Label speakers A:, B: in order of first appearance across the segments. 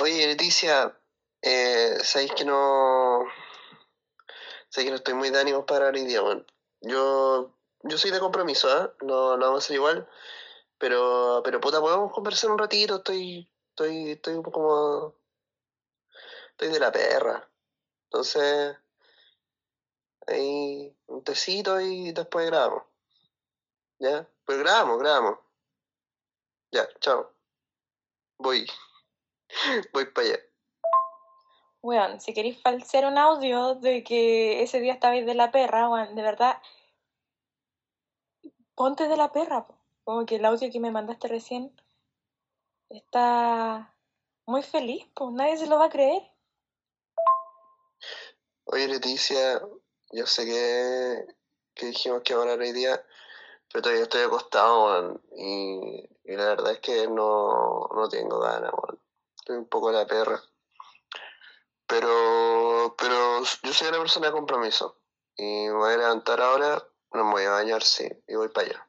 A: Oye, Leticia, eh, sabéis que no. Sabéis que no estoy muy de ánimo para hoy día, weón. Yo, yo soy de compromiso, ¿ah? No, no vamos a ser igual. Pero, pero puta, podemos conversar un ratito. Estoy, estoy, estoy un poco como. Estoy de la perra. Entonces. Ahí, un tecito y después grabamos. ¿Ya? Pero grabamos, grabamos. Ya, chao. Voy. Voy para allá.
B: Weón, si queréis falsear un audio de que ese día estabais de la perra, weón, de verdad, ponte de la perra. po. Como que el audio que me mandaste recién está muy feliz, pues nadie se lo va a creer.
A: Oye, Leticia, yo sé que, que dijimos que ahora hoy día, pero todavía estoy acostado, weón, y, y la verdad es que no, no tengo ganas, weón. Estoy un poco la perra. Pero, pero yo soy una persona de compromiso. Y me voy a levantar ahora, no me voy a bañar, sí, y voy para allá.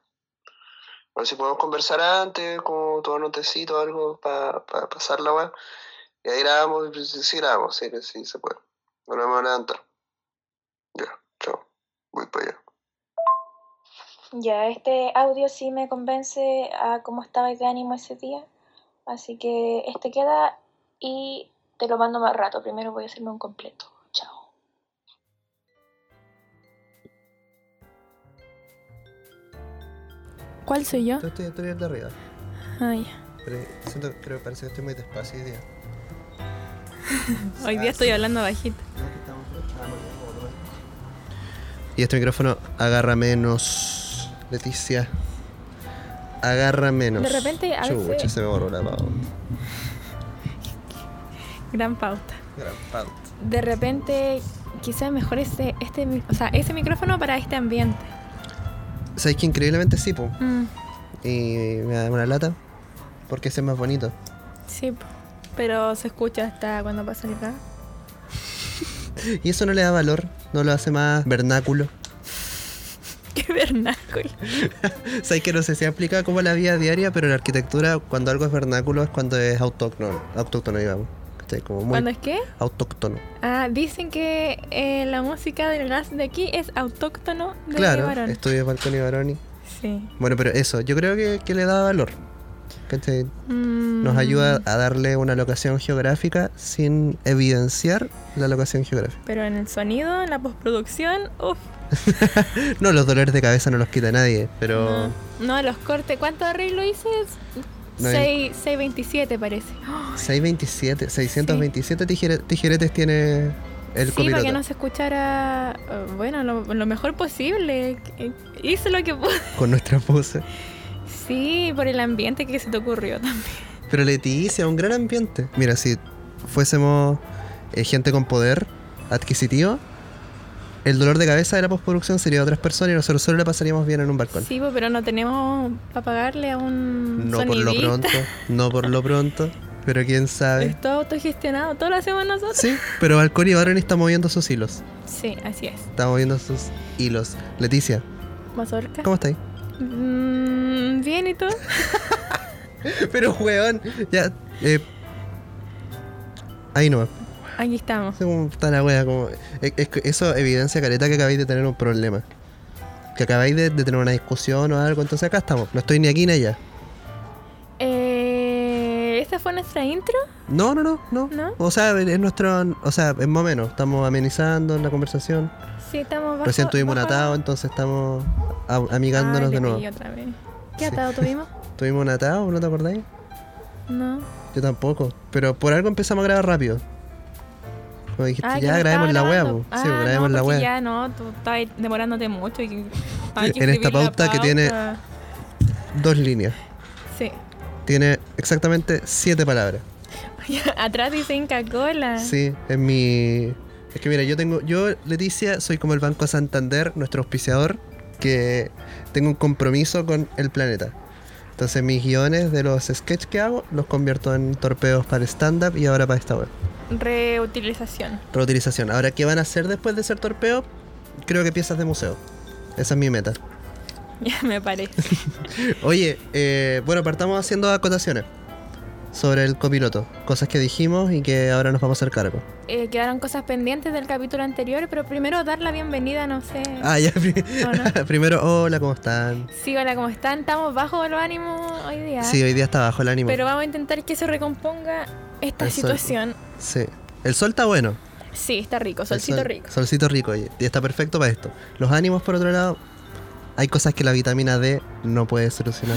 A: A ver si podemos conversar antes, como tomar un tecito o algo para pasar la weá. Y ahí grabamos, y si si grabamos, sí, que sí se puede. Ahora me voy a levantar. Ya, chao. Voy para allá.
B: Ya, este audio sí me convence a cómo estabais de ánimo ese día. Así que este queda y te lo mando más rato. Primero voy a hacerme un completo. Chao.
C: ¿Cuál soy yo?
A: Estoy, estoy de arriba,
C: Ay,
A: pero siento, creo que parece que estoy muy despacio hoy día.
C: hoy día estoy hablando bajito.
A: Y este micrófono agarra menos, Leticia. Agarra menos.
C: De repente, a
A: Chucha,
C: veces-
A: se me borró la pauta.
C: Gran pauta.
A: Gran pauta.
C: De repente, quizás mejor este, este, mi- o sea, ese micrófono para este ambiente.
A: ¿Sabes que increíblemente sí, po?
C: Mm,
A: Y me da una lata. Porque ese es más bonito.
C: sí, po. pero se escucha hasta cuando pasa el carro.
A: Y eso no le da valor, no lo hace más vernáculo.
C: Qué vernáculo.
A: Sabes que no sé si aplica como a la vida diaria, pero en la arquitectura, cuando algo es vernáculo, es cuando es autóctono, autóctono digamos. ¿Cachai? Como muy
C: ¿Cuándo es qué?
A: autóctono.
C: Ah, dicen que eh, la música del gas de aquí es autóctono de
A: claro,
C: Barón.
A: estudios Balcón y Baroni.
C: Sí.
A: Bueno, pero eso, yo creo que, que le da valor. ¿Cachai?
C: Mm,
A: Nos ayuda a darle una locación geográfica sin evidenciar la locación geográfica.
C: Pero en el sonido, en la postproducción, uff.
A: No, los dolores de cabeza no los quita nadie, pero
C: No. No, los cortes. ¿Cuánto arreglo hices?
A: No hay-
C: Seis- 627 parece.
A: 627, 627 tijere- tijeretes tiene el
C: sí, para que
A: copiloto.
C: no se escuchara, eh, bueno, lo, lo mejor posible. Eh, Hice lo que pude.
A: Con nuestras voces.
C: Sí, por el ambiente que se te ocurrió también.
A: Pero Leticia, un gran ambiente. Mira, si fuésemos eh, gente con poder adquisitivo, el dolor de cabeza de la postproducción sería de otras personas y nosotros solo la pasaríamos bien en un balcón.
C: Sí, po, pero no tenemos para pagarle a un
A: no por lo
C: sonidista.
A: pronto, no por lo pronto, pero quién sabe.
C: Es todo autogestionado, todo lo hacemos nosotros.
A: Sí, pero Balcón y Barón está moviendo sus hilos.
C: Sí, así es.
A: Está moviendo sus hilos. Leticia,
C: Mazorca.
A: ¿cómo estáis?
C: Mm, bien, ¿y tú?
A: pero weón, ya. eh, ahí no
C: Aquí estamos.
A: Sí, como puta la wea, como- es- es que eso evidencia, Careta, que acabáis de tener un problema. Que acabáis de, de tener una discusión o algo, entonces acá estamos. No estoy ni aquí ni allá.
C: Eh, ¿Esta fue nuestra intro?
A: No, no, no, no.
C: ¿No?
A: O sea, es nuestro. O sea, es más o menos. Estamos amenizando la conversación.
C: Sí, estamos bajo,
A: Recién tuvimos un
C: bajo-
A: atado, entonces estamos a-
C: Ay,
A: amigándonos
C: Ah, le
A: de nuevo.
C: pegué otra vez. ¿Qué
A: Sí.
C: atado tuvimos?
A: ¿Tuvimos un atado? ¿No te acordáis?
C: No.
A: Yo tampoco. Pero por algo empezamos a grabar rápido. Como dijiste,
C: Ah, que
A: ya
C: no
A: grabemos la
C: estaba
A: wea,
C: grabando.
A: po. Sí,
C: Ah,
A: po, grabemos
C: no,
A: la
C: porque
A: wea.
C: Ya no, tú estabas demorándote mucho. Y que, hay que
A: En esta
C: escribir la
A: pauta que tiene-
C: pauta.
A: Dos líneas.
C: Sí.
A: Tiene exactamente siete palabras.
C: Atrás dice Inca Cola.
A: Sí, es mi. Es que mira, yo tengo. Yo, Leticia, soy como el Banco Santander, nuestro auspiciador, que tengo un compromiso con el planeta. Entonces, mis guiones de los sketches que hago los convierto en torpedos para stand-up y ahora para esta web.
C: Reutilización.
A: Reutilización. Ahora, ¿qué van a hacer después de ser torpeo? Creo que piezas de museo. Esa es mi meta.
C: Ya me parece.
A: Oye, eh, bueno, partamos haciendo acotaciones.
D: sobre el copiloto, cosas que dijimos y que ahora nos vamos a hacer cargo.
C: Eh, quedaron cosas pendientes del capítulo anterior, pero primero dar la bienvenida, no sé.
D: Ah, ya, pri-
C: ¿O no?
D: primero, hola, ¿cómo están?
C: Sí, hola, ¿cómo están? Estamos bajo los ánimos hoy día.
D: Sí, hoy día está bajo el ánimo.
C: Pero vamos a intentar que se recomponga esta
D: El sol.
C: situación.
D: Sí. El sol está bueno.
C: Sí, está rico,
D: El
C: solcito
D: sol-
C: rico.
D: Solcito rico, y y está perfecto para esto. Los ánimos, por otro lado, hay cosas que la vitamina D no puede solucionar.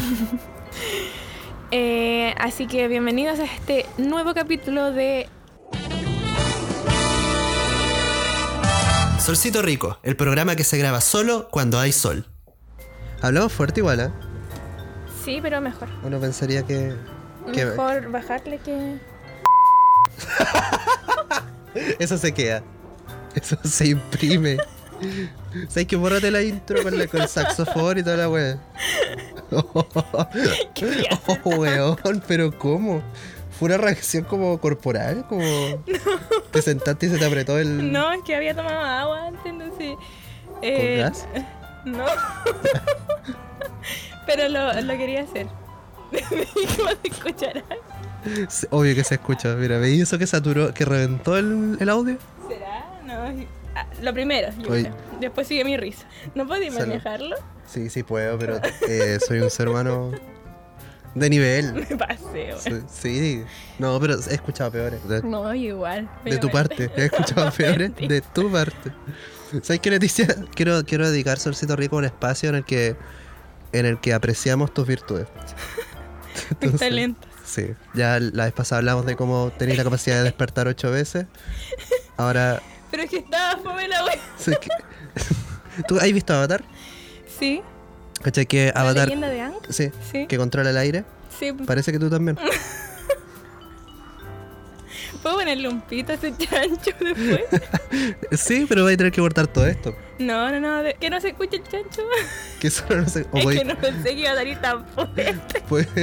C: Eh, así que bienvenidos a este nuevo capítulo de
D: Solcito Rico, el programa que se graba solo cuando hay sol. Hablamos fuerte igual, ¿eh?
C: Sí, pero mejor.
D: Uno pensaría que... que-
C: Mejor bajarle que.
D: Eso se queda. Eso se imprime. ¿Sabes que bórrate la intro con, la- con el saxofón y toda la wea? Oh, weón, pero ¿cómo? ¿Fue una reacción como corporal? Como... Te sentaste y se te apretó el...
C: No, es que había tomado agua antes, entonces.
D: ¿Con
C: eh,
D: gas?
C: No. pero lo, lo quería hacer. ¿Cómo te escuchará?
D: Sí, Obvio que se escucha. Mira, ¿veis eso que saturó, que reventó el, el audio?
C: ¿Será? No. Ah, lo primero, yo
D: Oye.
C: creo. Después sigue mi risa. ¿No podía
D: Salud.
C: manejarlo?
D: Sí, sí puedo, pero eh, soy un ser humano de nivel.
C: Me paseo.
D: Sí, sí. no, pero he escuchado peores. De,
C: No, igual.
D: de tu parte, he escuchado peores de tu parte. ¿Sabes qué, Leticia? Quiero, quiero dedicar Solcito Rico a un espacio en el que en el que apreciamos tus virtudes. Entonces,
C: Excelente.
D: Sí, ya la vez pasada hablamos de cómo tenéis la capacidad de despertar ocho veces. Ahora,
C: Pero es que estaba fome la wea.
D: sé que- ¿tú has visto Avatar?
C: Sí.
D: ¿Cachai que
C: La
D: Avatar
C: leyenda de Ank.
D: sí,
C: Sí.
D: que controla el aire?
C: Sí.
D: Parece que tú también.
C: ¿Puedo ponerle un pito a ese chancho después?
D: Sí, pero vais a tener que cortar todo esto.
C: No, no, no, de- que no se escuche el chancho.
D: Que solo no sé. O
C: es
D: Pues voy-
C: que no pensé que iba a salir tan fuerte.
D: pues-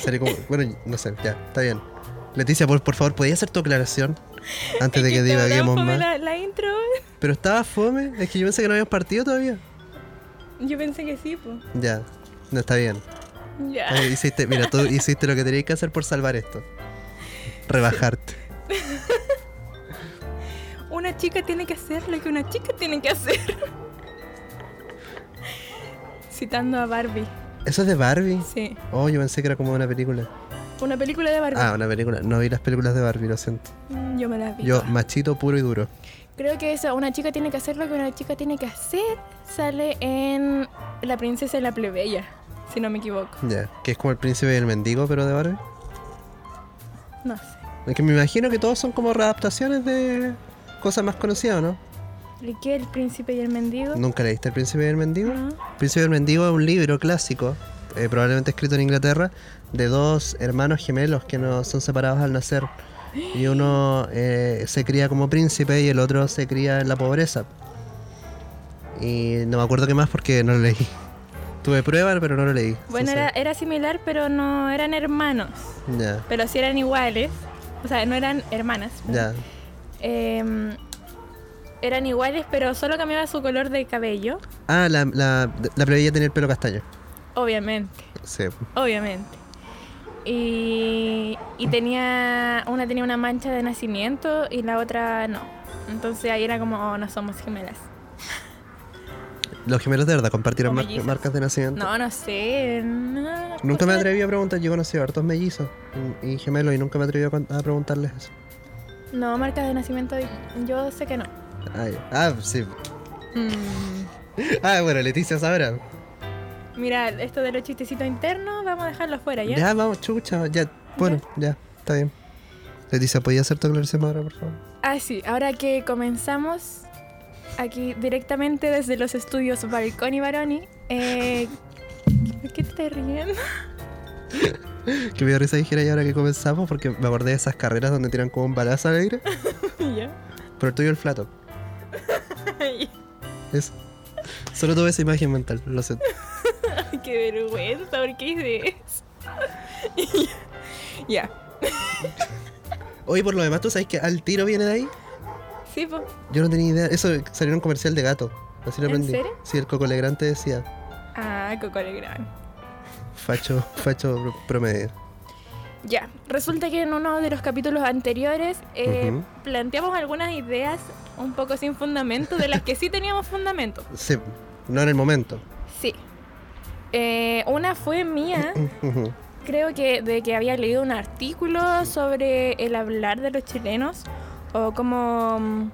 D: Sería como. Bueno, no sé, ya, está bien. Leticia, por, por favor, ¿podías hacer tu aclaración? Antes de que
C: estaba tan
D: divaguemos
C: fome
D: más.
C: La, la intro,
D: Pero estaba fome, es que yo pensé que no habíamos partido todavía.
C: yo pensé que sí, pues.
D: Ya, no está bien.
C: Ya.
D: Ahí hiciste, mira, tú hiciste lo que tenías que hacer por salvar esto. Rebajarte.
C: Una chica tiene que hacer lo que una chica tiene que hacer. Citando a Barbie.
D: ¿Eso es de Barbie?
C: Sí.
D: Oh, yo pensé que era como una película.
C: Una película de Barbie.
D: Ah, una película. No vi las películas de Barbie, lo siento.
C: Mm, Yo me la vi.
D: Yo, machito puro y duro.
C: Creo que eso, una chica tiene que hacer lo que una chica tiene que hacer. Sale en La princesa y la plebeya, si no me equivoco.
D: Ya, que es como el príncipe y el mendigo, pero de Barbie.
C: No sé.
D: Es que me imagino que todos son como readaptaciones de cosas más conocidas, ¿o ¿no?
C: ¿Y qué? ¿El príncipe y el mendigo?
D: ¿Nunca leíste El príncipe y el mendigo?
C: No.
D: El príncipe y el mendigo es un libro clásico, eh, probablemente escrito en Inglaterra, de dos hermanos gemelos que no son separados al nacer. Y uno eh, se cría como príncipe y el otro se cría en la pobreza. Y no me acuerdo qué más porque no lo leí. Tuve pruebas, pero no lo leí.
C: Bueno, era,
D: Entonces,
C: era similar, pero no eran hermanos.
D: Ya,
C: Pero sí eran iguales. O sea, no eran hermanas.
D: ya.
C: Em, eran iguales, pero solo cambiaba su color de cabello.
D: Ah, la, la, la plebeya tenía el pelo castaño.
C: Obviamente,
D: Sí.
C: obviamente. Y, y tenía una tenía una mancha de nacimiento y la otra no. Entonces ahí era como, oh, no somos gemelas.
D: Los gemelos de verdad compartieron
C: O
D: mar-
C: mellizos.
D: marcas de nacimiento.
C: No, no sé. no,
D: Nunca me
C: cosas-
D: atreví a preguntar, yo conocí a hartos mellizos y, y gemelos y nunca me atreví a, con- a preguntarles eso.
C: No, marcas de nacimiento, yo sé que no.
D: Ay, ah, sí.
C: Mm.
D: Ah, bueno, Leticia sabrá.
C: Mira, esto de los chistecitos internos, vamos a dejarlo fuera,
D: ¿Ya?
C: ¿ya?
D: vamos, chucha, ya. Bueno, ya, está bien. Leticia, ¿podías hacer tu aclaración ahora, por favor?
C: Ah, sí, ahora que comenzamos aquí directamente desde los estudios Bariconi Baroni, eh, ¿por qué te ríen?
D: Que me dio risa dijera ya ahora que comenzamos porque me acordé de esas carreras donde tiran como un balazo al aire,
C: ya.
D: pero el tuyo el flato. Eso. Solo tuve esa imagen mental, lo siento.
C: qué vergüenza, ¿por qué hice eso? ya.
D: Oye, por lo demás, ¿tú sabes que al tiro viene de ahí?
C: Sí, pues.
D: Yo no tenía idea. Eso salió en un comercial de gato. Así lo
C: ¿En
D: aprendí.
C: serio?
D: Sí, el Coco Legrand te decía.
C: Ah, Coco Legrand.
D: facho, facho pr- promedio.
C: Ya, resulta que en uno de los capítulos anteriores eh,
D: Ujú.
C: planteamos algunas ideas un poco sin fundamento, de las que sí teníamos fundamento.
D: Sí, no en el momento.
C: Sí. Eh, una fue mía,
D: Ujú.
C: creo que de que había leído un artículo sobre el hablar de los chilenos o cómo... mm,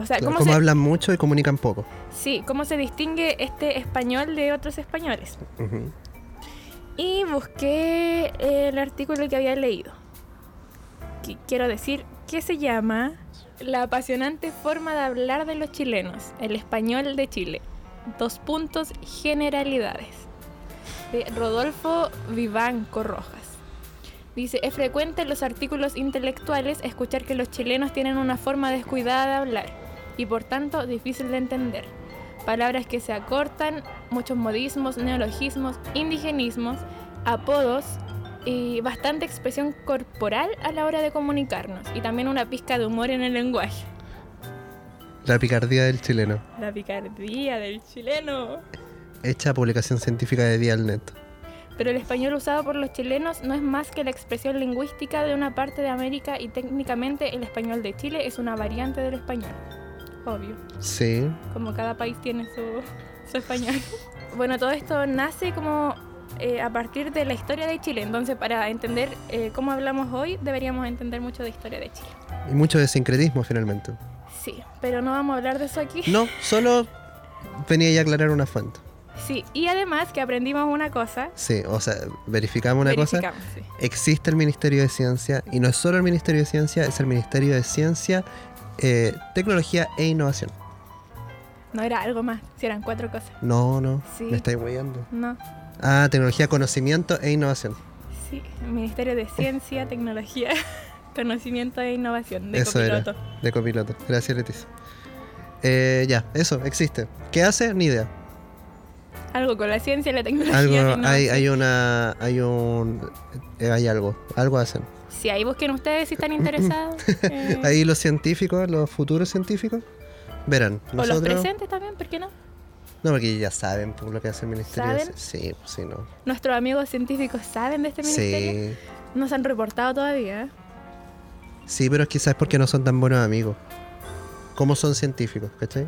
C: O sea,
D: Claro,
C: cómo
D: como
C: se,
D: hablan mucho y comunican poco.
C: sí, cómo se distingue este español de otros españoles.
D: Ujú.
C: Y busqué eh, el artículo que había leído. que quiero decir que se llama La apasionante forma de hablar de los chilenos, el español de Chile. Dos puntos generalidades. De Rodolfo Vivanco Rojas. Dice, es frecuente en los artículos intelectuales escuchar que los chilenos tienen una forma descuidada de hablar y por tanto difícil de entender. Palabras que se acortan, muchos modismos, neologismos, indigenismos, apodos y bastante expresión corporal a la hora de comunicarnos y también una pizca de humor en el lenguaje.
D: La picardía del chileno.
C: La picardía del chileno.
D: Hecha publicación científica de Dialnet.
C: Pero el español usado por los chilenos no es más que la expresión lingüística de una parte de América y técnicamente el español de Chile es una variante del español. Obvio.
D: Sí.
C: como cada país tiene su, su español. Bueno, todo esto nace como eh, a partir de la historia de Chile, entonces para entender eh, cómo hablamos hoy deberíamos entender mucho de historia de Chile.
D: Y mucho de sincretismo finalmente.
C: Sí, pero no vamos a hablar de eso aquí.
D: No, solo venía ya a aclarar una fuente.
C: Sí, y además que aprendimos una cosa.
D: Sí, o sea, verificamos una cosa.
C: verificamos, sí.
D: Existe el Ministerio de Ciencia y no es solo el Ministerio de Ciencia, es el Ministerio de Ciencia, eh, Tecnología e Innovación.
C: No era algo más, si eran cuatro cosas.
D: No, no,
C: Sí.
D: me estáis hueando.
C: No,
D: Ah, Tecnología, Conocimiento e Innovación.
C: sí, el Ministerio de Ciencia, Tecnología, Conocimiento e Innovación, de
D: Eso era.
C: copiloto.
D: De copiloto. Gracias, Leticia. Eh, ya, eso, existe. ¿Qué hace? Ni idea.
C: Algo con la ciencia, la tecnología.
D: Algo,
C: la innovación.
D: hay, hay una, hay un, eh, hay algo, algo hacen.
C: Si ahí busquen ustedes si están interesados. eh,
D: Ahí los científicos, los futuros científicos, verán.
C: O los
D: Nosotros,
C: presentes también, ¿por qué no?
D: no, porque ya saben por lo que hace el ministerio. de
C: ¿Saben?
D: Ci- Sí, sí, no.
C: Nuestros amigos científicos saben de este ministerio.
D: Sí,
C: No se han reportado todavía. ¿eh?
D: sí, pero quizás porque no son tan buenos amigos. Como son científicos, ¿cachai?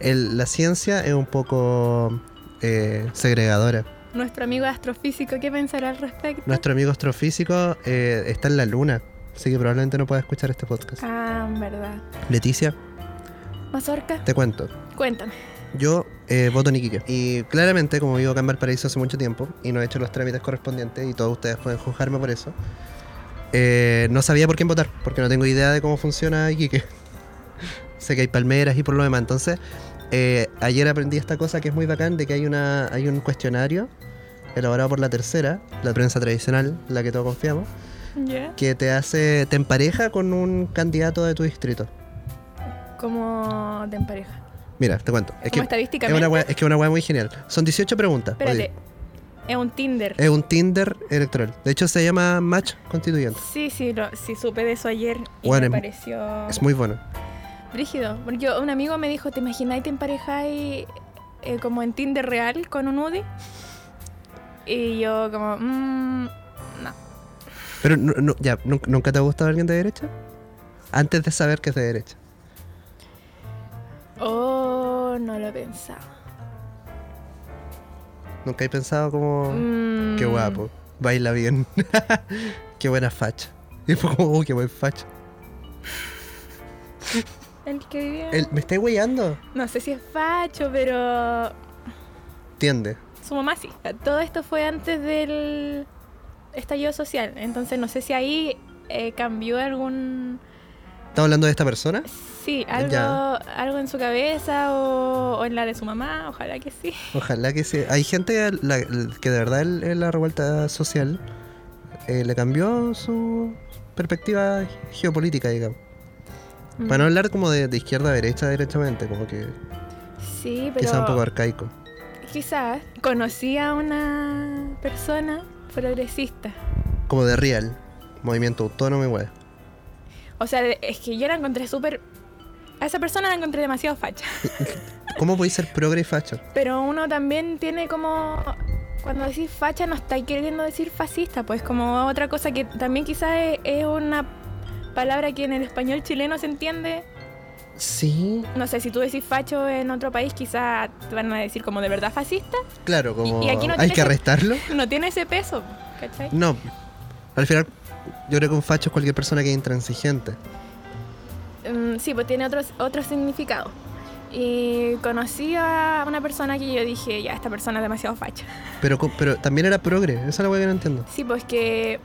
D: El- la ciencia es un poco eh, segregadora.
C: Nuestro amigo astrofísico, ¿qué pensará al respecto?
D: Nuestro amigo astrofísico eh, está en la luna, así que probablemente no pueda escuchar este podcast.
C: Ah, en verdad.
D: Leticia,
C: Mazorca,
D: te cuento.
C: cuéntame.
D: Yo eh, voto en Iquique. Y claramente, como vivo acá en Valparaíso hace mucho tiempo y no he hecho los trámites correspondientes, y todos ustedes pueden juzgarme por eso, eh, no sabía por quién votar, porque no tengo idea de cómo funciona Iquique. sé que hay palmeras y por lo demás. Entonces, eh, ayer aprendí esta cosa que es muy bacán, de que hay, una, hay un cuestionario elaborado por la tercera, la prensa tradicional, la que todos confiamos,
C: ¿Ya?
D: que te hace, te empareja con un candidato de tu distrito.
C: ¿Cómo te empareja?
D: Mira, te cuento. Es
C: Como
D: que es
C: estadísticamente.
D: una wea- es que es una wea muy genial. Son 18 preguntas.
C: Espérate. Es un Tinder.
D: Es un Tinder electoral. De hecho, se llama Match Constituyente.
C: Sí, sí, lo, sí, supe de eso ayer y
D: Bueno, es-
C: me pareció
D: Es muy bueno.
C: rígido. Porque un amigo me dijo, ¿te imagináis te emparejáis eh, como en Tinder real con un UDI? Y yo como, mmm,
D: Pero nu- nu- ya, ¿nun- ¿nunca te ha gustado alguien de derecha? Antes de saber que es de derecha.
C: Oh, no lo he pensado.
D: Nunca he pensado como...
C: Mm,
D: Qué guapo. Baila bien. qué buena facha. Y fue como, "Oh, qué buen facha.
C: El que vivía.
D: El- ¿Me estáis weyando?
C: No sé si es facho, pero.
D: Tiende.
C: Su mamá sí. Todo esto fue antes del estallido social. Entonces no sé si ahí eh, cambió algún.
D: ¿Estás hablando de esta persona?
C: Sí, algo,
D: Ya.
C: algo en su cabeza o, o en la de su mamá. Ojalá que sí.
D: Ojalá que sí. Hay gente la- que de verdad el- la revuelta social eh, le cambió su perspectiva geopolítica, digamos. Para no hablar como de, de izquierda a derecha directamente, como que
C: Sí, pero.
D: quizá un poco arcaico.
C: quizás conocí a una persona progresista.
D: Como de real, movimiento autónomo y weá.
C: O sea, es que yo la encontré súper. A esa persona la encontré demasiado facha.
D: ¿Cómo podéis ser progre y facho?
C: Pero uno también tiene como Cuando decís facha no estáis queriendo decir fascista, pues como otra cosa que también quizás es, es una palabra que en el español chileno se entiende.
D: Sí,
C: No sé, si tú decís facho en otro país quizás te van a decir como de verdad fascista.
D: claro, como
C: y aquí no
D: hay
C: tiene
D: que
C: que-
D: arrestarlo.
C: No tiene ese peso, ¿cachai?
D: No, al final yo creo que un facho es cualquier persona que es intransigente.
C: Mm, sí, pues tiene otro, otro significado. Y conocí a una persona que yo dije, ya, esta persona es demasiado facha.
D: Pero, co- pero también era progre, esa es la weá que no entiendo.
C: Sí, pues que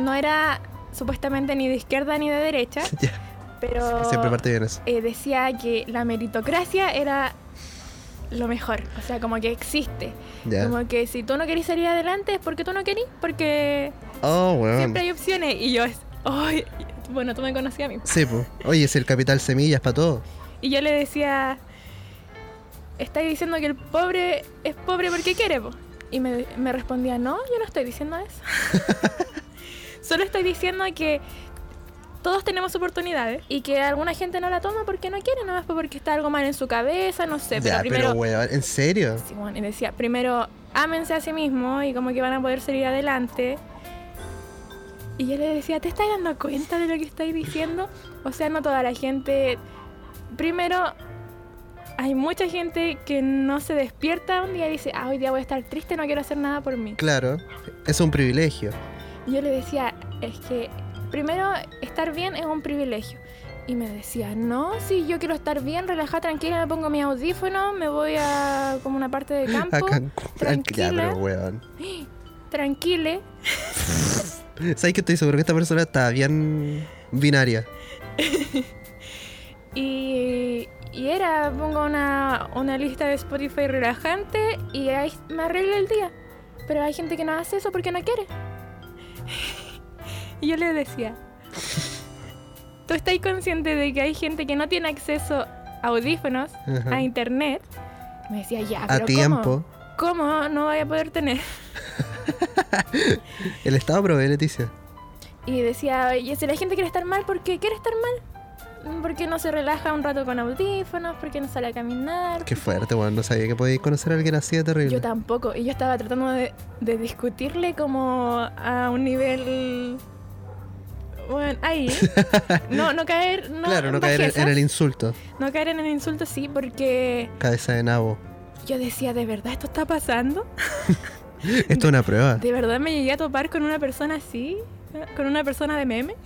C: no era supuestamente ni de izquierda ni de derecha,
D: Ya,
C: pero
D: Siempre parte bien eso.
C: eh, decía que la meritocracia era lo mejor, o sea, como que existe.
D: Ya.
C: Como que si tú no querís salir adelante es porque tú no querís, porque
D: Oh, weón.
C: siempre hay opciones. Y yo es, "Ay", bueno, tú me conocías a mí.
D: Sí, pues. Oye, si el capital semillas para todo.
C: Y yo le decía, estáis diciendo que el pobre es pobre porque quiere, po". Y me, me respondía, no, yo no estoy diciendo eso. Solo estoy diciendo que todos tenemos oportunidades y que alguna gente no la toma porque no quiere, nomás porque está algo mal en su cabeza, no sé.
D: ya,
C: pero primero,
D: pero weón, ¿en serio?
C: Sí, bueno, y decía, primero, ámense a sí mismos y como que van a poder salir adelante. Y yo le decía, ¿te estás dando cuenta de lo que estáis diciendo? O sea, no toda la gente... Primero, hay mucha gente que no se despierta un día y dice, ah, hoy día voy a estar triste, no quiero hacer nada por mí.
D: Claro, es un privilegio.
C: Y yo le decía, es que primero estar bien es un privilegio. Y me decía, no, si yo quiero estar bien, relajada, tranquila, me pongo mi audífono, me voy a como una parte de campo.
D: Acá en- Ya,
C: tranquila.
D: pero weón.
C: tranquile.
D: ¿Sabes que estoy seguro que esta persona está bien binaria?
C: Y, y era, pongo una, una lista de Spotify relajante y ahí me arreglo el día. Pero hay gente que no hace eso porque no quiere. Y yo le decía, ¿tú estás consciente de que hay gente que no tiene acceso a audífonos,
D: Ajá.
C: a internet? Me decía, ya, pero
D: A tiempo.
C: ¿cómo? ¿Cómo no voy a poder tener?
D: El Estado provee, Leticia.
C: Y decía, y si la gente quiere estar mal, ¿por qué quiere estar mal? ¿Por qué no se relaja un rato con audífonos? ¿Por qué no sale a caminar?
D: Qué fuerte, weón. No sabía que podíais conocer a alguien así de
C: Yo
D: terrible.
C: tampoco. Y yo estaba tratando de, de discutirle como a un nivel... Bueno, ahí. No, no caer, no,
D: claro, no
C: en
D: caer en-
C: bajezas.
D: en el insulto.
C: no caer en el insulto, sí, porque
D: Cabeza de nabo.
C: yo decía, ¿de verdad esto está pasando?
D: Esto es una prueba.
C: ¿De verdad me llegué a topar con una persona así? ¿Con una persona de meme?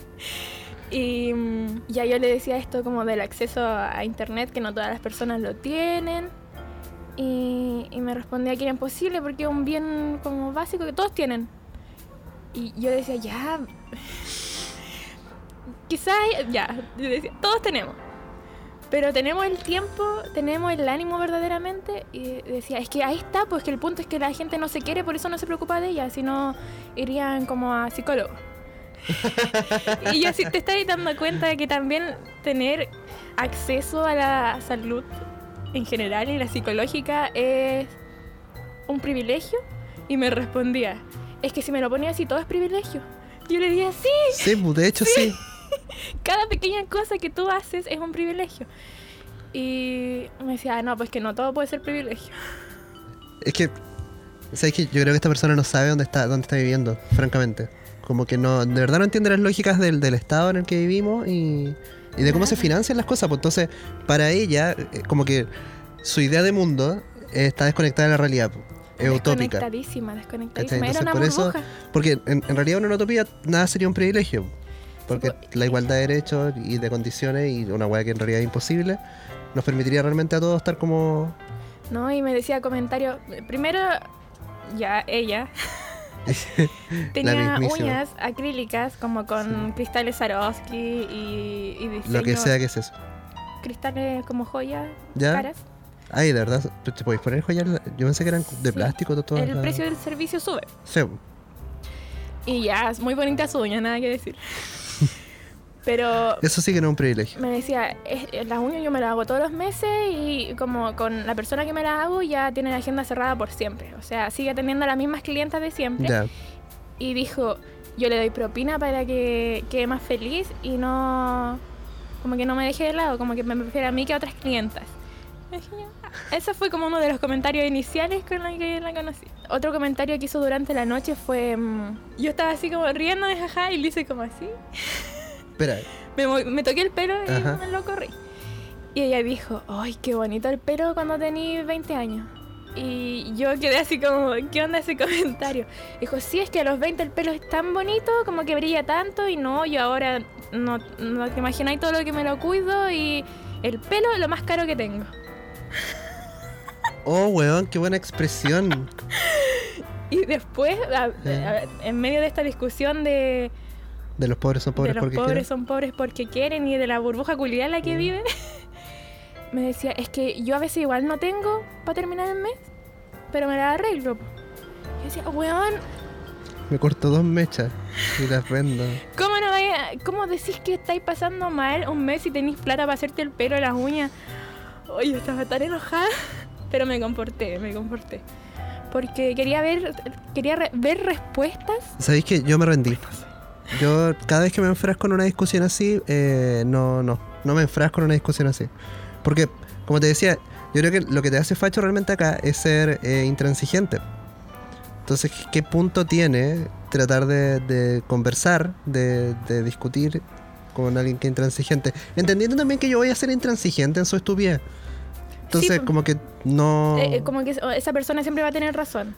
C: y mm, ya yo le decía esto como del acceso a internet, que no todas las personas lo tienen. Y, y me respondía que era imposible porque es un bien como básico que todos tienen. Y yo decía, ya. Quizás, ya. Yo decía, todos tenemos. Pero tenemos el tiempo, tenemos el ánimo verdaderamente. Y decía, es que ahí está, pues que el punto es que la gente no se quiere, por eso no se preocupa de ella, sino irían como a psicólogo. y yo, si te estás dando cuenta de que también tener acceso a la salud en general y la psicológica es un privilegio. Y me respondía, es que si me lo ponía así, todo es privilegio. Yo le dije, sí,
D: Sí, pues, de hecho sí.
C: cada pequeña cosa que tú haces es un privilegio. Y me decía, "Ah, no, pues que no todo puede ser privilegio.
D: Es que, ¿sabes que Yo creo que esta persona no sabe dónde está, dónde está viviendo, francamente. Como que no, de verdad no entiende las lógicas del, del estado en el que vivimos y, y de cómo se financian las cosas. Pues entonces, para ella, eh, como que su idea de mundo eh, está desconectada de la realidad. pues. Es utópica.
C: Desconectadísima,
D: ¿Cachai?
C: desconectadísima.
D: Entonces,
C: Era una
D: por eso,
C: burbuja.
D: porque en, en realidad en una utopía nada sería un privilegio. Porque
C: Sí, pues,
D: la igualdad de derechos y de condiciones y una hueá que en realidad es imposible, nos permitiría realmente a todos estar como...
C: No, y me decía comentarios. Primero, ya ella tenía
D: mismísima.
C: uñas acrílicas como con
D: Sí.
C: cristales Swarovski y, y diseños,
D: Lo que sea que es eso.
C: cristales como joyas,
D: ¿Ya?
C: caras.
D: Ay, Ah, de verdad, ¿te- te podéis poner joyas. Yo pensé que eran de
C: Sí.
D: plástico, todo.
C: El precio del servicio sube.
D: Sí,
C: Y ya, muy bonita su uña, nada que decir. Pero
D: eso sí que no es un privilegio.
C: me decía, "Es- eh, las uñas yo me las hago todos los meses y como con la persona que me las hago ya tiene la agenda cerrada por siempre. O sea, sigue atendiendo a las mismas clientas de siempre.
D: Ya,
C: Y dijo, yo le doy propina para que quede más feliz y no... Como que no me deje de lado, como que me prefiere a mí que a otras clientas. Es genial. Ese fue como uno de los comentarios iniciales con la que la conocí. Otro comentario que hizo durante la noche fue... mm, yo estaba así como riendo de jaja y le hice como así.
D: Espera,
C: Me, mo- me toqué el pelo y
D: Ajá.
C: me lo corrí. Y ella dijo, ay, qué bonito el pelo cuando tenía 20 años. Y yo quedé así como, ¿qué onda ese comentario? Dijo, sí, es que a los 20 el pelo es tan bonito, como que brilla tanto, y no, yo ahora no, no te imagináis todo lo que me lo cuido, y el pelo es lo más caro que tengo.
D: oh weón, qué buena expresión.
C: Y después, a- a- en medio de esta discusión de,
D: De los pobres son pobres
C: de los
D: porque
C: pobres
D: quieren.
C: son pobres porque quieren y de la burbuja culiar en la que
D: Mm.
C: viven. me decía, es que yo a veces igual no tengo para terminar el mes, pero me la arreglo. po". Yo decía, weón,
D: Me corto dos mechas y las vendo.
C: ¿cómo, no vaya, ¿cómo decís que estáis pasando mal un mes y tenéis plata para hacerte el pelo, las uñas? Oye, estaba tan enojada, pero me comporté, me comporté. Porque quería ver, quería re- ver respuestas.
D: ¿Sabéis que yo me rendí? Yo cada vez que me enfrasco en una discusión así, eh, no, no, no me enfrasco en una discusión así. Porque, como te decía, yo creo que lo que te hace facho realmente acá es ser eh, intransigente. Entonces, ¿qué- ¿qué punto tiene tratar de, de conversar, de, de discutir con alguien que es intransigente? Entendiendo también que yo voy a ser intransigente en su estupidez. Entonces,
C: po.
D: como que no...
C: Eh, eh, como que es- esa persona siempre va a tener razón.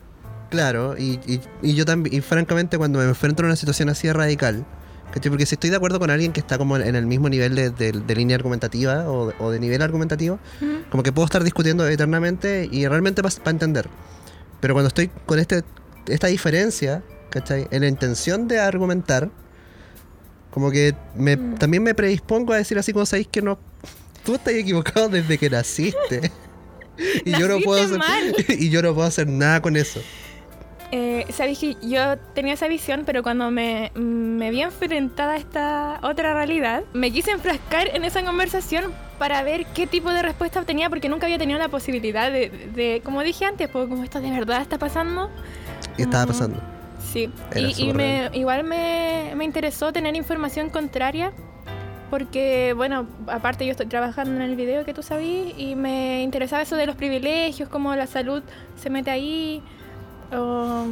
D: Claro, y, y- y yo también, y francamente cuando me enfrento a una situación así de radical, ¿cachai? Porque si estoy de acuerdo con alguien que está como en el mismo nivel de, de- de línea argumentativa o de, o de nivel argumentativo,
C: Ujú.
D: como que puedo estar discutiendo eternamente y realmente para entender. Pero cuando estoy con este, esta diferencia, ¿cachai? En la intención de argumentar, como que me-
C: Mm.
D: también me predispongo a decir así como sabéis que no, tú estás equivocado desde que naciste. y, yo no puedo
C: Naciste
D: hacer,
C: mal.
D: y yo no puedo hacer nada con eso.
C: Eh, Sabes que yo tenía esa visión, pero cuando me, mm, me vi enfrentada a esta otra realidad, me quise enfrascar en esa conversación para ver qué tipo de respuesta obtenía, porque nunca había tenido la posibilidad de, de- como dije antes, pues, como esto de verdad está pasando.
D: Y estaba
C: Mm.
D: pasando.
C: Sí,
D: Era
C: y, y
D: súper
C: me, igual me, me interesó tener información contraria, porque, bueno, aparte yo estoy trabajando en el video que tú sabías, y me interesaba eso de los privilegios, cómo la salud se mete ahí. o-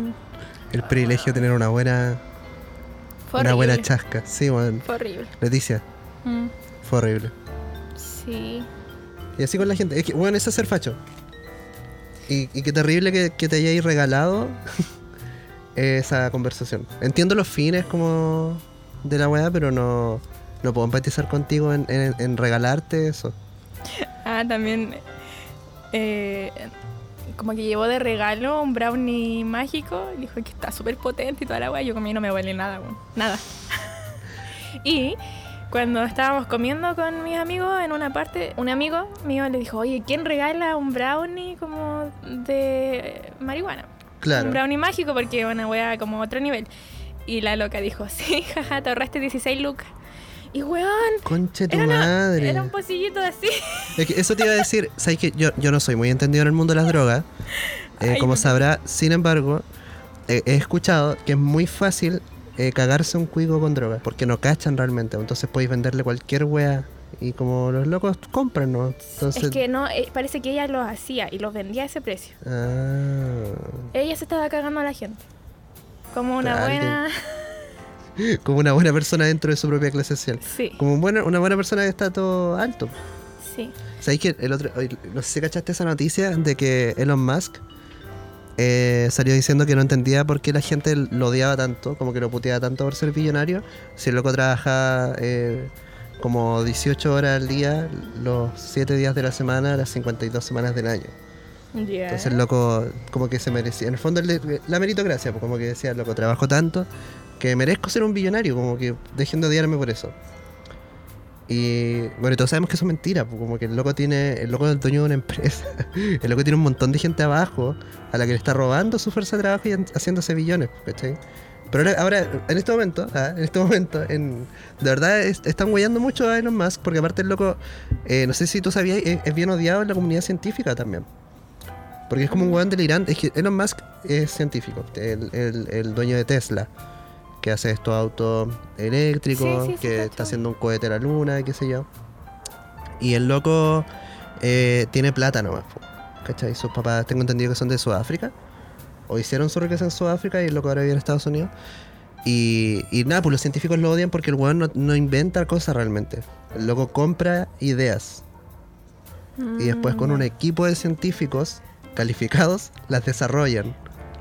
D: El privilegio de tener una buena,
C: fue
D: una buena
C: horrible.
D: chasca. Sí, bueno.
C: Fue horrible.
D: Leticia,
C: Mm,
D: fue horrible.
C: sí.
D: Y así con la gente. Es que, bueno, eso es ser facho. Y, y qué terrible que, que te hayáis regalado esa conversación. Entiendo los fines como de la weá, pero no, no puedo empatizar contigo en, en- en regalarte eso.
C: Ah, también. eh, como que llevó de regalo un brownie mágico. Dijo que está súper potente y toda la weá. Yo comí y no me huele nada, weón. Nada. y cuando estábamos comiendo con mis amigos en una parte, un amigo mío le dijo: Oye, ¿quién regala un brownie como de marihuana? un
D: Claro.
C: brownie mágico porque es una wea como otro nivel. Y la loca dijo, sí, jaja, te ahorraste 16 lucas. Y weón,
D: Conche tu
C: era, una-
D: madre.
C: era un pocillito así.
D: Es que eso te iba a decir, sabes que yo, yo no soy muy entendido en el mundo de las drogas, eh,
C: Ay,
D: como
C: me-
D: sabrá, sin embargo, eh, he escuchado que es muy fácil eh, cagarse un cuico con drogas, porque no cachan realmente, entonces podéis venderle cualquier wea y como los locos compran, ¿no? Entonces,
C: Es que no, eh, parece que ella los hacía y los vendía a ese precio.
D: ah,
C: Ella se estaba cagando a la gente. Como una
D: Dale.
C: buena...
D: como una buena persona dentro de su propia clase social.
C: Sí,
D: Como un buena- una buena persona de estatus alto.
C: sí.
D: ¿Sabéis que el otro, hoy- no sé si cachaste esa noticia de que Elon Musk eh, salió diciendo que no entendía por qué la gente lo odiaba tanto, como que lo puteaba tanto por ser billonario, si el loco trabaja eh, como 18 horas al día, los 7 días de la semana, las 52 semanas del año.
C: Ya.
D: Entonces el loco como que se merecía, en el fondo el- la meritocracia, pues, como que decía, loco, trabajo tanto que merezco ser un billonario, como que dejen de odiarme por eso. Y bueno, y todos sabemos que eso es mentira, pues, como que el loco tiene, el loco es el dueño de una empresa, el loco tiene un montón de gente abajo a la que le está robando su fuerza de trabajo y han- haciéndose billones, pues, ¿cachai? Pero ahora, ahora, en este momento, ah, en este momento, en, de verdad es- están hueando mucho a Elon Musk, porque aparte el loco, eh, no sé si tú sabías, es- es bien odiado en la comunidad científica también. Porque es como un weón delirante. Es que Elon Musk es científico, el, el- el dueño de Tesla, que hace estos autos eléctricos,
C: Sí, sí, sí,
D: que
C: cacho.
D: está haciendo un cohete a la luna, y qué sé yo. Y el loco eh, tiene plata nomás. po, ¿Cachai? Sus papás, tengo entendido que son de Sudáfrica. O hicieron su riqueza en Sudáfrica y lo que ahora vive en Estados Unidos. Y, y nada, pues los científicos lo odian porque el weón no, no inventa cosas realmente. El loco compra ideas. Y después
C: Mm,
D: con un equipo de científicos calificados las desarrollan.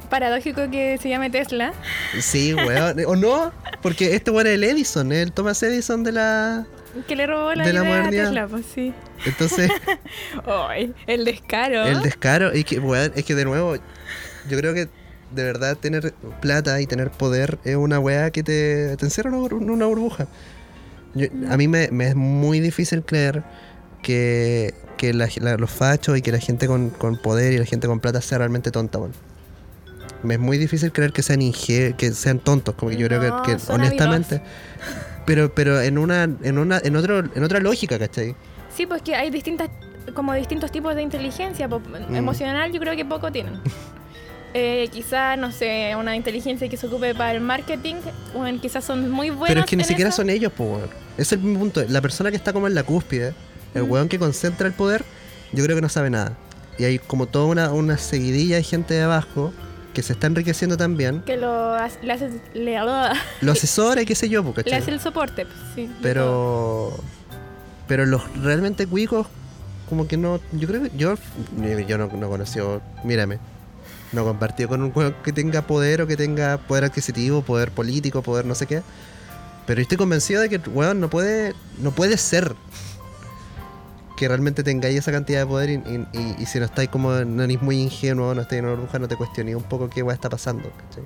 C: Paradójico que se llame Tesla.
D: Sí, weón. o no, porque este weón es el Edison, el Thomas Edison de la...
C: Que le robó la
D: De
C: idea
D: la
C: a
D: modernidad.
C: Tesla, pues sí.
D: Entonces...
C: Ay, el descaro.
D: El descaro. Y que, weón, es que de nuevo, yo creo que de verdad tener plata y tener poder es una weá que te, te encierra en una, bur- en una burbuja. Yo- a mí me, me es muy difícil creer que, que la ge- la- los fachos y que la gente con, con poder y la gente con plata sea realmente tonta, weón. Me es muy difícil creer que sean inge- que sean tontos, como que yo creo
C: No,
D: que, que
C: son
D: honestamente. Pero, pero en una, en una, en otro, en otra lógica, ¿cachai?
C: Sí, pues que hay distintas, como distintos tipos de inteligencia. po-
D: Mm.
C: Emocional yo creo que poco tienen. Eh, quizás, no sé, una inteligencia que se ocupe para el marketing, o en- quizás son muy buenos.
D: Pero es que ni
C: en
D: siquiera
C: eso.
D: son ellos, pues, weón. Ese es mi punto. La persona que está como en la cúspide, el
C: Mm.
D: weón que concentra el poder, yo creo que no sabe nada. Y hay como toda una, una seguidilla de gente de abajo que se está enriqueciendo también.
C: Que lo, hace- le, hace, le,
D: Lo asesora y qué sé yo, pues,
C: le
D: ¿cachai?
C: hace el soporte. pues, sí, de todo.
D: Pero. Pero los realmente cuicos, como que no. Yo creo que. Yo, yo no, no conocí. Mírame. No compartido con un weón que tenga poder o que tenga poder adquisitivo, poder político, poder no sé qué. Pero estoy convencido de que, weón, no puede. No puede ser que realmente tengáis esa cantidad de poder y, y- y- y si no estáis como. No eres muy ingenuo, no estáis en una burbuja, no te cuestionéis un poco qué weón está pasando. ¿cachai?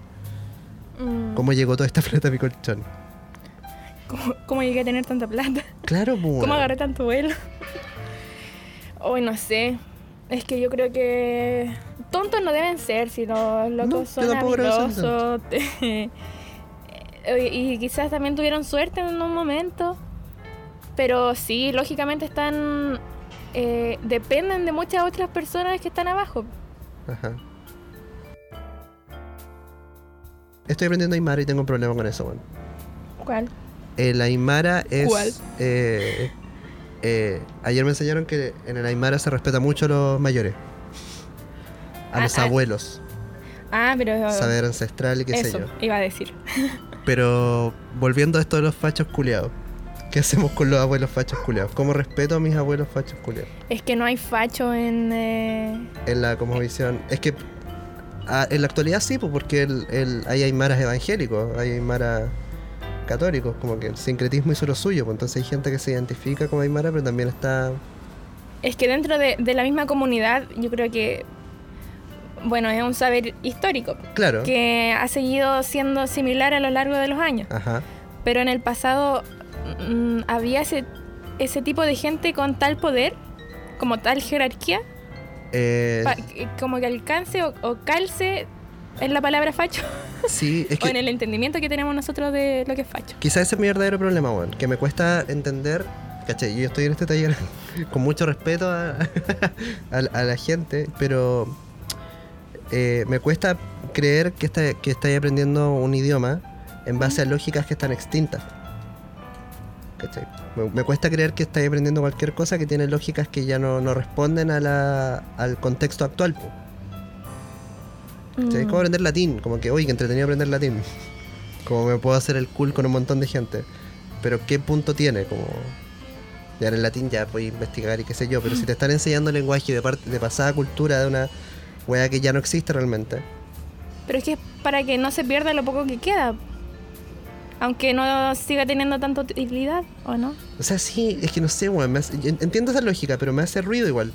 C: Mm, ¿Cómo?
D: ¿Cómo llegó toda esta plata a mi colchón?
C: cómo llegué a tener tanta plata?
D: Claro, pues.
C: ¿Cómo agarré tanto vuelo? Hoy no sé. Es que yo creo que tontos no deben ser, si los
D: No, yo
C: locos son
D: tampoco creo que sean
C: habilidosos. eh, y quizás también tuvieron suerte en un momento. Pero sí, lógicamente están. eh, dependen de muchas otras personas que están abajo.
D: Ajá. Estoy aprendiendo Aymara y tengo un problema con eso, bueno.
C: ¿Cuál?
D: El Aymara es.
C: ¿Cuál?
D: eh, eh, ayer me enseñaron que en el Aymara se respeta mucho a los mayores. A
C: Ah,
D: los
C: ah.
D: abuelos.
C: Ah, pero.
D: Saber ancestral y qué
C: eso,
D: sé yo.
C: iba a decir.
D: Pero volviendo a esto de los fachos culeados. ¿Qué hacemos con los abuelos fachos culeados? ¿Cómo respeto a mis abuelos fachos culeados?
C: Es que no hay facho en. eh,
D: En la cosmovisión. Es que a- en la actualidad sí, pues porque el, el- hay aymaras evangélicos, hay aymaras católicos, como que el sincretismo hizo lo suyo, pues entonces hay gente que se identifica como aymara, pero también está...
C: Es que dentro de, de la misma comunidad, yo creo que, bueno, es un saber histórico
D: Claro.
C: que ha seguido siendo similar a lo largo de los años.
D: Ajá.
C: Pero en el pasado mm, había ese, ese tipo de gente con tal poder, como tal jerarquía,
D: Eh,
C: pa- que- como que alcance o, o calce es la palabra facho,
D: sí, es
C: o en
D: que
C: el entendimiento que tenemos nosotros de lo que es facho.
D: quizás ese es mi verdadero problema, weón, que me cuesta entender... Caché, yo estoy en este taller con mucho respeto a, a la- a la gente, pero eh, me cuesta creer que, está, que estáis aprendiendo un idioma en base a lógicas que están extintas. ¿Cachai? Me, me cuesta creer que estáis aprendiendo cualquier cosa que tiene lógicas que ya no, no responden a la- al contexto actual. po. ¿Cachai? Es
C: Mm.
D: como aprender latín, como que, oye, que entretenido aprender latín. Como me puedo hacer el cool con un montón de gente. Pero ¿qué punto tiene? Como... Ya en el latín ya puedes investigar y qué sé yo, pero si te están enseñando lenguaje de, parte de pasada cultura, de una weá que ya no existe realmente.
C: Pero es que es para que no se pierda lo poco que queda. Aunque no siga teniendo tanta utilidad, ¿o no?
D: O sea, sí, es que no sé, weón. me hace- en- Entiendo esa lógica, pero me hace ruido igual.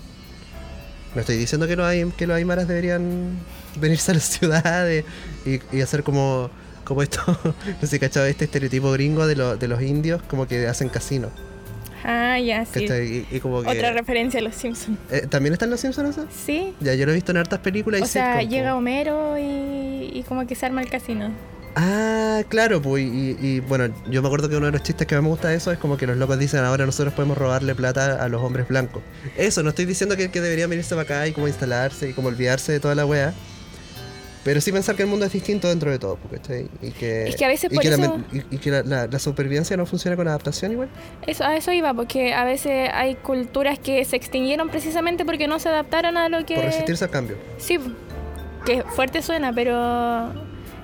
D: No estoy diciendo que los, ay- que los aymaras deberían venirse a las ciudades y, y hacer como, como esto, no sé, cachado, este estereotipo gringo de, lo- de los indios, como que hacen casino.
C: Ah, ya, sí.
D: ¿cachai? Y, y como que.
C: Otra referencia a los Simpsons.
D: Eh, ¿También están los Simpsons eso?
C: Sí.
D: Ya, yo lo he visto en hartas películas y
C: O sea,
D: sitcom,
C: llega
D: po.
C: Homero y, y como que se arma el casino.
D: Ah, claro, pues. Y, y, bueno, yo me acuerdo que uno de los chistes que más me gusta de eso es como que los locos dicen ahora nosotros podemos robarle plata a los hombres blancos. Eso, no estoy diciendo que, que deberían venirse para acá y como instalarse y como olvidarse de toda la wea. Pero sí pensar que el mundo es distinto dentro de todo, po, ¿cachai? Y que,
C: Es que a veces
D: Eh, y
C: por
D: que la
C: eso-
D: men- y- y que la- la- la supervivencia no funciona con la adaptación igual.
C: Eso, a eso iba, porque a veces hay culturas que se extinguieron precisamente porque no se adaptaron a lo que...
D: Por resistirse al cambio.
C: Sí, que fuerte suena, pero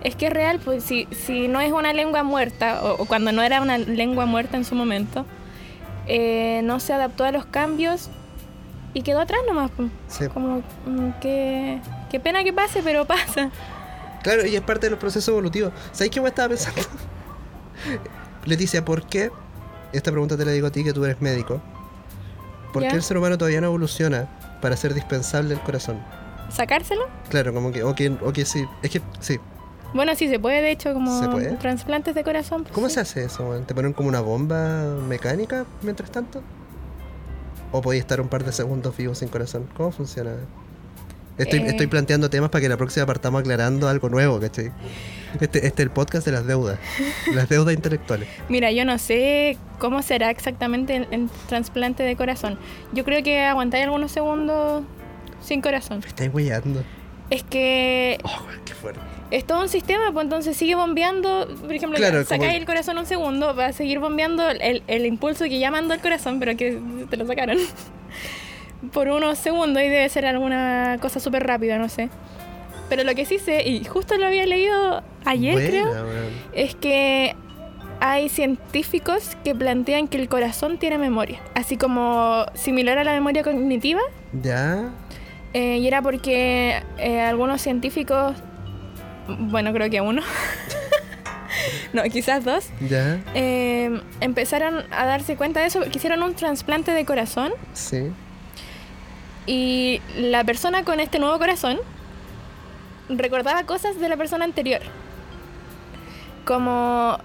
C: es que es real, pues si, si no es una lengua muerta, o, o cuando no era una lengua muerta en su momento, eh, no se adaptó a los cambios y quedó atrás nomás. pues.
D: Sí.
C: Como mm, que... Qué pena que pase, pero pasa.
D: Claro, y es parte de los procesos evolutivos. ¿Sabes qué me estaba pensando? Leticia, ¿por qué? Esta pregunta te la digo a ti que tú eres médico. ¿Por
C: Ya.
D: qué el ser humano todavía no evoluciona para ser dispensable el corazón?
C: ¿Sacárselo?
D: Claro, como que, o que, o que sí. Es que, sí.
C: Bueno, sí, se puede, de hecho, como
D: ¿Se puede?
C: trasplantes de corazón. pues,
D: ¿Cómo
C: sí.
D: se hace eso? weón? ¿Te ponen como una bomba mecánica mientras tanto? ¿O podéis estar un par de segundos vivos sin corazón? ¿Cómo funciona? Estoy,
C: Eh.
D: estoy planteando temas para que la próxima partamos aclarando algo nuevo, ¿cachai? Este, este es el podcast de las deudas. las deudas intelectuales.
C: Mira, yo no sé cómo será exactamente el, el trasplante de corazón. Yo creo que aguantar algunos segundos sin corazón.
D: Me estáis weyando.
C: Es que
D: Oh, weón, qué fuerte.
C: es todo un sistema, pues entonces sigue bombeando. Por ejemplo,
D: Claro,
C: ya,
D: como-
C: sacáis el corazón un segundo, va a seguir bombeando el, el impulso que ya mandó el corazón, pero que te lo sacaron. Por unos segundos y debe ser alguna cosa súper rápida, no sé. Pero lo que sí sé, y justo lo había leído ayer,
D: Buena,
C: creo.
D: weón.
C: es que hay científicos que plantean que el corazón tiene memoria, así como similar a la memoria cognitiva,
D: Ya.
C: eh, y era porque eh, algunos científicos, bueno, creo que uno, no, quizás dos,
D: Ya.
C: eh, empezaron a darse cuenta de eso, que hicieron un trasplante de corazón
D: Sí.
C: y la persona con este nuevo corazón recordaba cosas de la persona anterior. Como,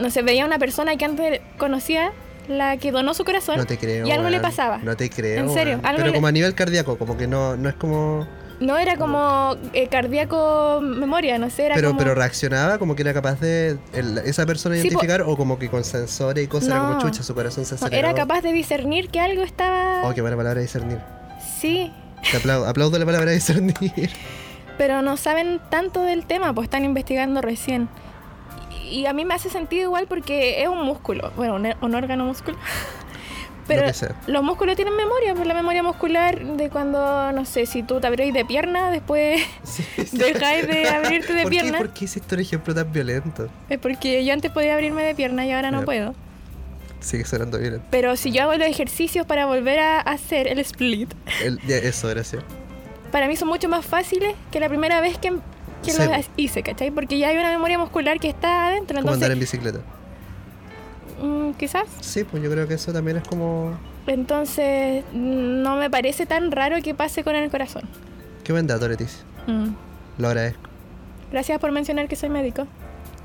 C: no sé, veía una persona que antes conocía, la que donó su corazón.
D: No te creo.
C: y algo le
D: weón.
C: pasaba.
D: No te creo.
C: En serio,
D: weón.
C: algo
D: Pero
C: le-
D: como a nivel cardíaco, como que no, no es como.
C: No era como eh, cardíaco memoria, no sé, era
D: pero,
C: como...
D: pero reaccionaba como que era capaz de el- esa persona
C: Sí, po.
D: identificar o como que con sensores y cosas era como
C: No.
D: chucha, su corazón
C: no,
D: se aceleró.
C: era capaz de discernir que algo estaba...
D: Oh, qué buena palabra discernir.
C: Sí,
D: Te aplaudo, aplaudo la palabra discernir.
C: pero no saben tanto del tema, pues están investigando recién. Y y a mí me hace sentido igual porque es un músculo, bueno, un, un órgano músculo. Pero
D: Lo que sea.
C: los músculos tienen memoria, pues la memoria muscular de cuando, no sé, si tú te abrís de pierna, después
D: Sí.
C: dejáis de ¿eh? abrirte de
D: ¿Por qué,
C: pierna.
D: ¿Por qué hiciste un ejemplo tan violento?
C: Es porque yo antes podía abrirme de pierna y ahora no
D: Ya.
C: puedo.
D: Sigue sonando bien.
C: Pero si yo hago los ejercicios para volver a hacer el split,
D: El- ya, eso, gracias.
C: para mí son mucho más fáciles que la primera vez que, que
D: Sí,
C: los
D: po.
C: hice, ¿cachai? Porque ya hay una memoria muscular que está adentro,
D: Como andar
C: entonces
D: en bicicleta.
C: mm, quizás
D: Sí, pues yo creo que eso también es como.
C: Entonces, no me parece tan raro que pase con el corazón.
D: Qué buen dato, Leticia.
C: Mm.
D: Lo agradezco.
C: Gracias por mencionar que soy médico.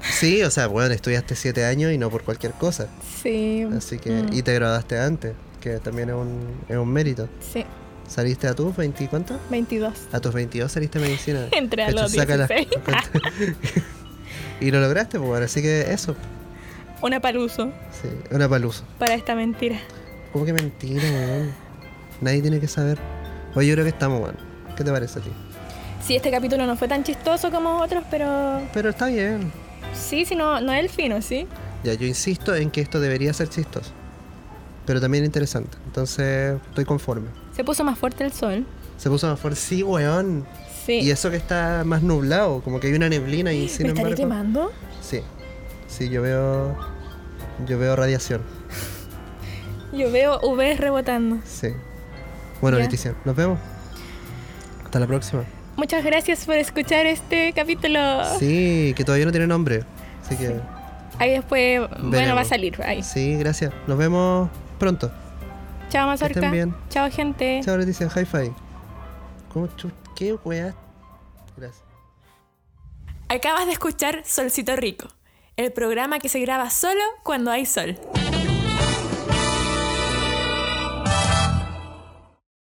D: Sí, o sea, bueno, estudiaste siete años y no por cualquier cosa.
C: Sí.
D: Así que.
C: Mm.
D: Y te graduaste antes, que también es un, es un mérito.
C: Sí,
D: ¿Saliste a tus 20 y cuánto?
C: 22.
D: A tus 22 saliste a medicina.
C: Entré a
D: Cacho,
C: los
D: saca las
C: 16.
D: cuentas. y lo lograste, pues bueno, así que eso.
C: Una paluso
D: Sí, una paluso.
C: para esta mentira.
D: ¿Cómo que mentira, weón? Nadie tiene que saber. Oye, yo creo que estamos, weón. ¿Qué te parece a ti?
C: Sí, este capítulo no fue tan chistoso como otros, pero
D: Pero está bien.
C: sí, si no, no es el fino, ¿sí?
D: Ya, yo insisto en que esto debería ser chistoso. Pero también interesante. Entonces, estoy conforme.
C: Se puso más fuerte el sol.
D: Se puso más fuerte. Sí, weón.
C: Sí.
D: Y eso que está más nublado, como que hay una neblina y sin
C: ¿Me estaré
D: embargo.
C: quemando?
D: Sí. Sí, yo veo. Yo veo radiación.
C: Yo veo UV rebotando.
D: Sí. Bueno,
C: Ya.
D: Leticia, nos vemos. Hasta la próxima.
C: Muchas gracias por escuchar este capítulo.
D: Sí, que todavía no tiene nombre. Así que.
C: Ahí después, bueno,
D: Veremos.
C: va a salir. Ahí.
D: Sí, gracias. Nos vemos pronto.
C: Chao,
D: Que estén
C: Mazorca.
D: bien.
C: Chao, gente.
D: Chao, Leticia. Hi-Fi. ¿Cómo chu- ¿Qué weá? Gracias.
E: Acabas de escuchar Solcito Rico, el programa que se graba solo cuando hay sol.